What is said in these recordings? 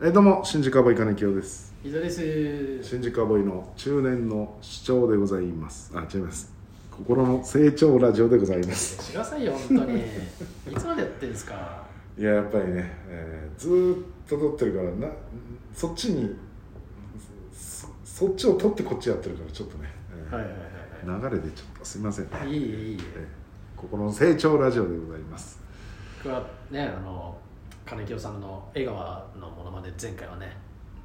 えーどうも新宿アボイ金清です伊沢です。新宿アボイの中年の主張でございますあ違います心の成長ラジオでございますしなさいよ 本当に。いつまでやってんですか。いややっぱりね、えーずーっと撮ってるからなそっちにそそっちを撮ってこっちやってるからちょっとね、えーはいはいは流れでちょっとすみませんね、いはい。いいえいいええ。ー心の成長ラジオでございます僕はねあの金清さんの江川のものまで前回はね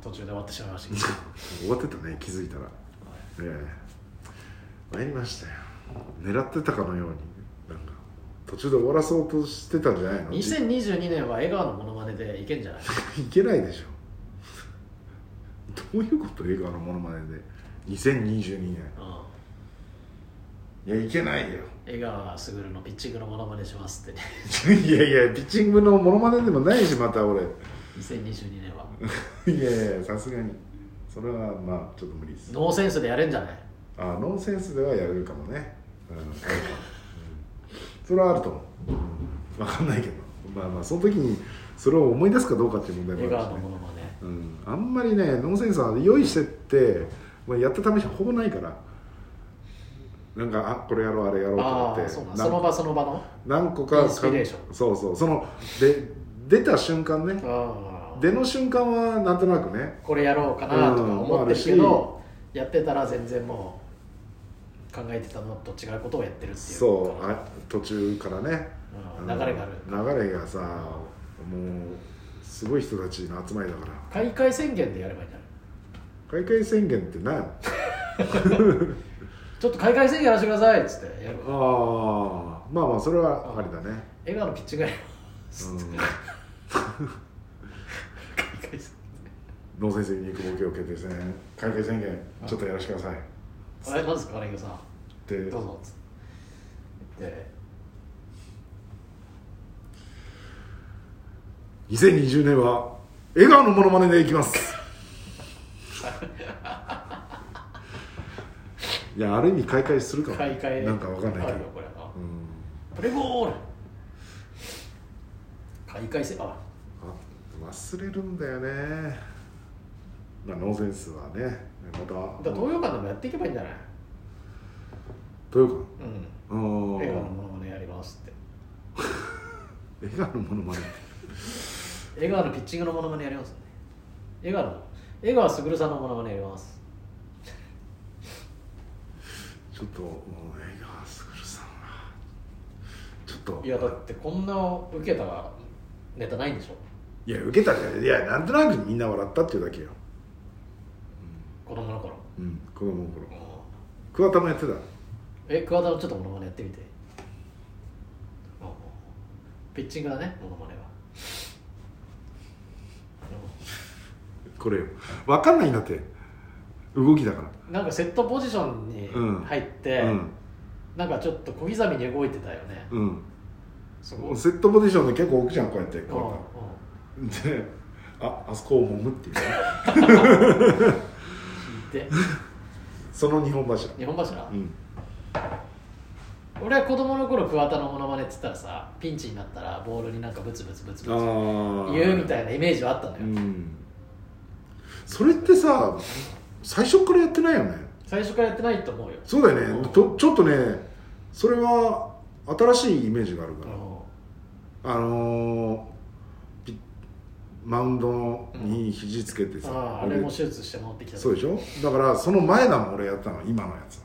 途中で終わってしまいましたけど。終わってたね気づいたらええ参りましたよ狙ってたかのようになんか途中で終わらそうとしてたんじゃないのい2022年は江川のものまねでいけんじゃない。けないでしょどういうこと映画のものまねで2022年ういやいけないよ ん。江川卓のピッチングのものまねしますってね。いやいやピッチングのものまねでもないしまた俺 2022年はいやいやさすがにそれはまあちょっと無理ですノーセンスでやれんじゃない。あノンセンスではやれるかもね、うんうんそれはあると思う、分かんないけどまあまあその時にそれを思い出すかどうかっていう問題江もあ川るのしねも、のまね。うん、あんまりねノンセンスは用意してって、まあ、やった試しはほぼないからなんかあこれやろうあれやろうとあかあってそうなん。なその場その場の。何個かインスピレーションそうそうそので出た瞬間ねああ。出の瞬間はなんとなくねこれやろうかなとか思ってるけうんまあど、やってたら全然もう考えてたのと違うことをやってるっていうそうあ途中からねうん流れがある流れがさもうすごい人たちの集まりだから開会宣言でやればいいんじゃない開会宣言って何あちょっと開会宣言やらせてくださいっつってやるあまあまあそれはありだね笑顔のピッチングやる う開会宣ん能先生肉ボケを決定戦開会宣言ちょっとやらせてくださいっ言あれなんですか金木さんてどうぞっつってで2020年は笑顔のモノマネでいきます いやある意味開会するかも開会なんかわかんないけあどるよこれはうんプレゴール開会宣ああ忘れるんだよねまあノーセンスはねまだたから東洋館でもやっていけばいいんじゃないどういうかううーんん笑映顔のものまねやりますって画のものまね江川のピッチングのモノマネやりますね江川の江川卓さんのモノマネやりますちょっともう映画スクールさんはちょっといやだってこんな受けたネタないんでしょいや受けたじゃないいやなんとなくみんな笑ったっていうだけよ子供の頃うん子供の頃桑田もやってたえ桑田のちょっとモノマネやってみてうんピッチングだねモノマネはこれよ分かんないんだって動きだかうんなんかセットポジションにうん入って、らなんかちょっと小刻みに動いてたよねうんそうんこセットポジションで結構置くじゃんこうやってうんうんこうやってでああそこを揉むっていうね引い てその日本柱日本柱、うん俺は子供の頃桑田のモノマネって言ったらさピンチになったらボールになんかブツブツブツブツああ言うみいたいなイメージはあったのうよ、んそれってさ最初からやってないよね最初からやってないと思うよそうだようねんとちょっとねそれは新しいイメージがあるから、うあのーピマウンドに肘つけてんさ、あああ俺れも手術して戻ってきたそうでしょだからその前だもん俺やったの今のやつ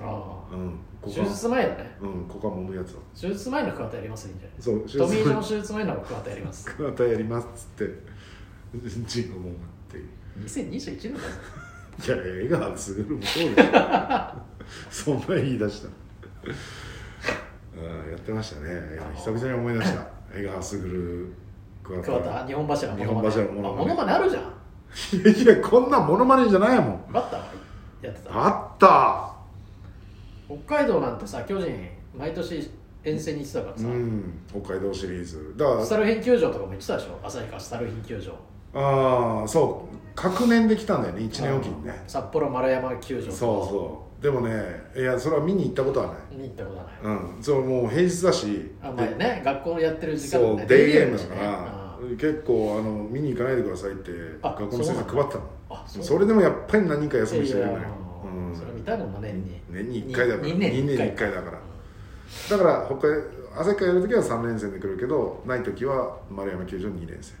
はああうんここ手は術前だねうんここは揉むやつは手術前の桑田やりますいいんじゃないそう手トミー・ジョン前手術前の桑田やりま すまたやりますっつって人工揉むっていう2021年だぞいや、笑顔すぐるもそう ですよ。そんな言い出した。うん、やってましたね。いや久々に思い出した。笑顔すぐる。桑田日本柱のモノマネ日本柱のモノマネあモノマネあるじゃんいやいや、こんなモノマネじゃないもん。バッターやってたあった。北海道なんてさ巨人毎年遠征に行ってたからうさ、ん、北海道シリーズ。だかスタルヒン球場とかも行ってたでしょ旭川スタルヒン球場ら、ああ、そう。隔年で来たんだよね、一年おきにね。札幌丸山球場そううそう。でもね、いや、それは見に行ったことはない。見に行ったことはないうん、それもう平日だし。あんまりでね学校のやってる時間そうデイゲームだかねら、結構あの見に行かないでくださいってあ学校の先生配ったのあそそれでもやっぱり何人か休む人いるのいやよいやもううんそれ見たいもんな年に年に1回だからに2二年年にに一回1回だからだから北海朝日会やるときは3年生で来るけどないときは丸山球場2年生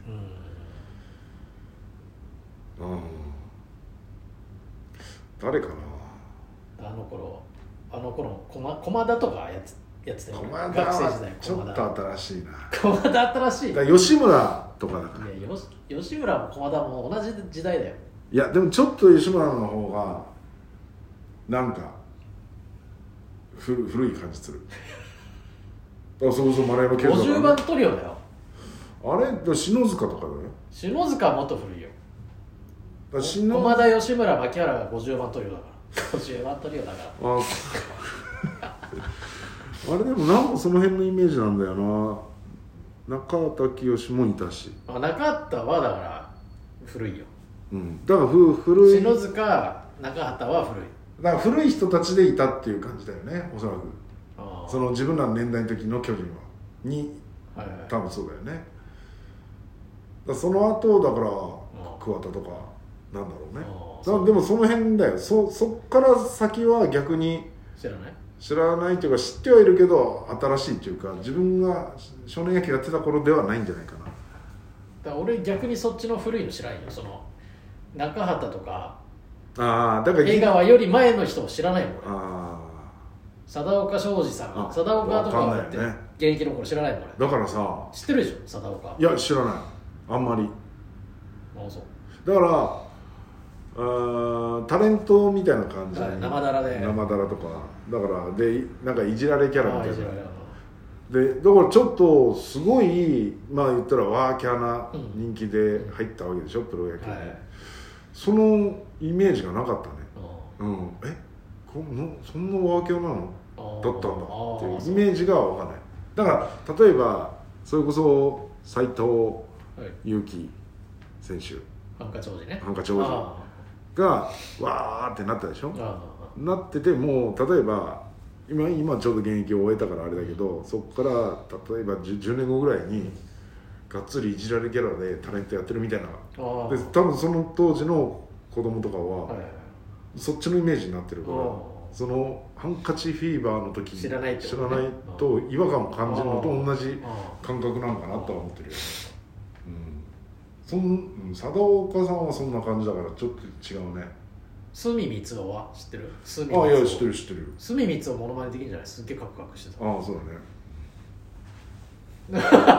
うんうん誰かなあの頃あの頃駒駒田とかやつやってたよ駒ね田学生時代はちょ駒っ田と新しいな駒田新しいだから吉村とかだからいやよし吉村も駒田も同じ時代だよいやでもちょっと吉村の方がなんか古古い感じするあそこそこ丸山慶50番トリオだよあれだから篠塚とかだよね篠塚もっと古いよだから篠駒田吉村牧原が50番トリオだから50番トリオだからあ あれでもなんかその辺のイメージなんだよな中畑清もいたし、まあ中畑はだから古いようん、だからふ古いだ篠か塚中畑は古いら古い人たちでいたっていう感じだよねおそらくあーその自分らの年代の時の巨人はにはいはい多分そうだよねだからその後だからうん桑田とかなんだろうねあーだからでもその辺だよそそっから先は逆に知らない知らないというか知ってはいるけど新しいというか自分が少年野球やってた頃ではないんじゃないかなだから俺逆にそっちの古いの知らんよその中畑とかああだから江川より前の人を知らないもん俺あ貞岡庄司さんあ貞岡とかわかだっんてないよね現役の頃知らないもん俺あだからさ知ってるでしょ貞岡いや知らないあんまりあそうだからうーんタレントみたいな感じはい生だらで生だらとかだからでなんかいじられキャラあみいたじいらなれるでだからちょっとすごいまあ言ったらワーキャーな人気で入ったわけでしょ、プロ野球に、はいそのイメージがなかったねううん、えこのそんなワーキャーなのんだったんだあーっていうイメージがわかんないだから例えばそれこそ斎藤はい佑樹選手ハンカチ王子ねハンカチ王子あがわーってなったでしょーあなっててもう例えば今今ちょうど現役を終えたからあれだけどそこから例えば 10, 10年後ぐらいにがっつりいじられキャラでタレントやってるみたいなーあでー多分その当時の子供とかはいははいはいそっちのイメージになってるから、あーそのハンカチフィーバーの時に知らないって知ことらねないと違和感を感じるのと同じあ感覚なんかなとは思ってるよ、うん、そんうん佐田岡さんはそんな感じだからちょっと違うねー角光男は知ってる角あい光や男知ってる知ってる角光男モノマネできるんじゃないすっげえカクカクしてた ああそう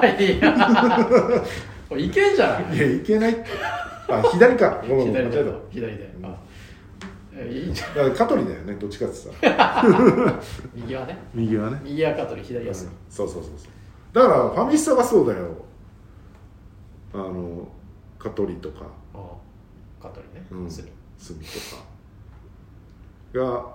だねいやこれいけんじゃないいやいけないってあ左かごめんごめん左間違えでた左で、あいいじゃんだから香取だよねどっちかって言ったら右はね 右はね、右はカトリう左はんスミ、そうそうそうそうだからファミスタがそうだよあの香取とかうん、カトリね、うんスミ隅とかが、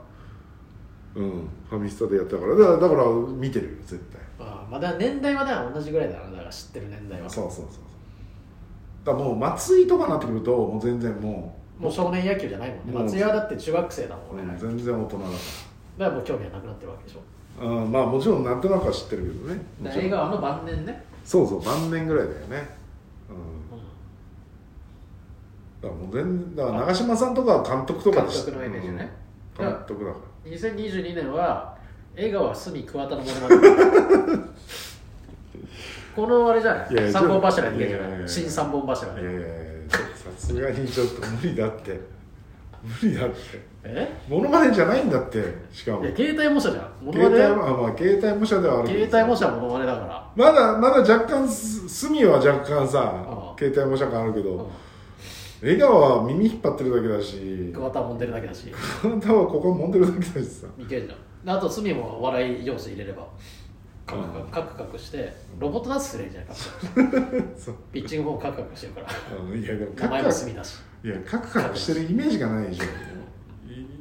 うん、ファミスタでやったからだからだから見てるよ絶対ああまあだから年代はだから同じぐらいだなだから知ってる年代はそうそうそうそうだからもう松井とかになってくるともう全然ももう少年野球じゃないもんねもう松井はだって中学生だもう、んね、うんだか全然大人だからもう興味はなくなってるわけでしょら、うん、まあもちろんなんとなくは知ってるけどねもだちろから映ん画はあの晩年ね、そうそう晩年ぐらいだよね、うん、うだからもう全然だから長嶋さんとかは監督とかでし監督のイメージねうん監督だかん、2022年は江川隅桑田のも のまねこのあれじゃないいやいや三本柱でいけんじゃいやいなやいいや新三本柱らで、いやいやいやさすがにちょっと無理だって 無理だってえモノマネじゃないんだってしかもいや携帯模写じゃんもの携帯まねはまあ携帯模写ではあるけ携ど帯模写はものまねだからまだまだ若干す隅は若干あさあ携帯模写感あるけうんど笑顔は耳引っ張ってるだけだし桑田もんでるだけだし体はここ揉んでるだけだしさいけるじゃんあと隅も笑い要素入れればカクカクカクカクしてロボットダンスすればいいじゃないか そうピッチングフォームカクカクしてるからあのいやでも名カク前カもク隅だしいやカクカクしてるイメージがないでしょ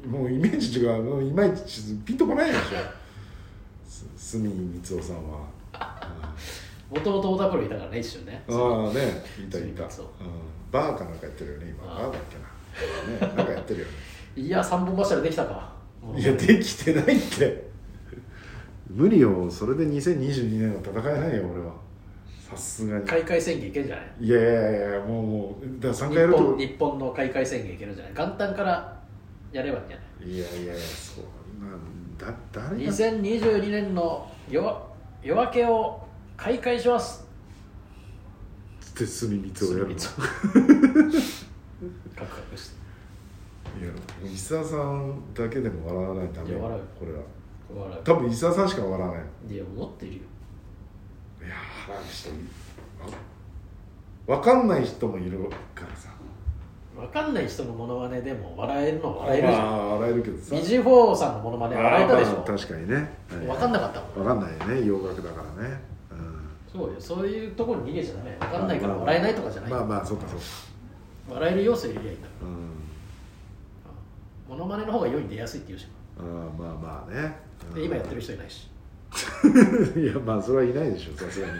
いもうイメージがもういまいちピンとこないでしょす隅光雄さんはもともとオタプロいたからね一瞬ねああねいたいた、うんそう、バーかなんかやってるよね今ああバーだっけな、ね、なんかやってるよねいや三本柱できたかもういやできてないって無理よそれで2022年は戦えないよ俺はさすがに開会宣言いけるんじゃないいやいやいやもうもうだから3回や日る本と日本の開会宣言いけるんじゃない元旦からやればいいんじゃないいやいやいやそうなんだ誰が2022年の夜夜明けを開会します手すみみつをやるの いつカクカクしてや石澤さんだけでも笑わないとダメよいや笑うこれは笑多分石澤さんしか笑わないういや思ってるよいや腹にしてわかんない人もいるからさ分かんない人のモノマネでも笑えるのは笑えるじまゃんあ笑えるけどさビジフォーさんのモノマネは笑えたでしあーょ確かにね、分かんなかったもん分かんないよね洋楽だからね、うん、そうよそういうところに逃げちゃダメ分かんないから笑えないとかじゃないまあまあそうかそうか笑える要素入れりゃいいんだかうんらモノマネの方が世に出やすいって言うしあーまあまあね、うんで今やってる人いないし いやまあそれはいないでしょさす がに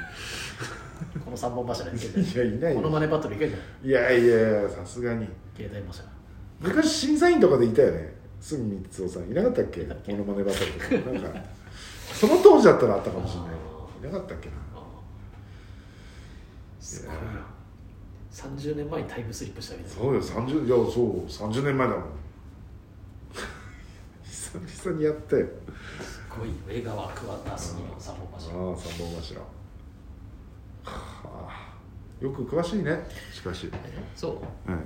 この3本柱にいけるいじゃやいなないいモノマネバトルいけるじゃないいやいやいやさすがに携帯模写昔審査員とかでいたよねすぐ光雄さんいなかったっけいたっけモノマネバトルとかなんかその当時だったらあったかもしれないいなかったっけなすごいな30年前にタイムスリップしたみたいなそうよ30いやそう30年前だもん久々にやったよすごいよ江川桑田杉野三本ああ柱三本柱はあよく詳しいねしかし、そうはいま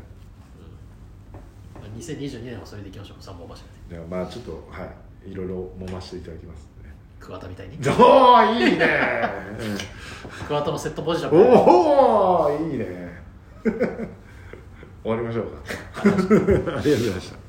あ2022年はそれでいきましょう三本柱でじゃあまあちょっとはいいろいろ揉ましていただきますね桑田みた いにおおいいね桑田のセットポジションみたい なおおいいね終わりましょうかありがとうございました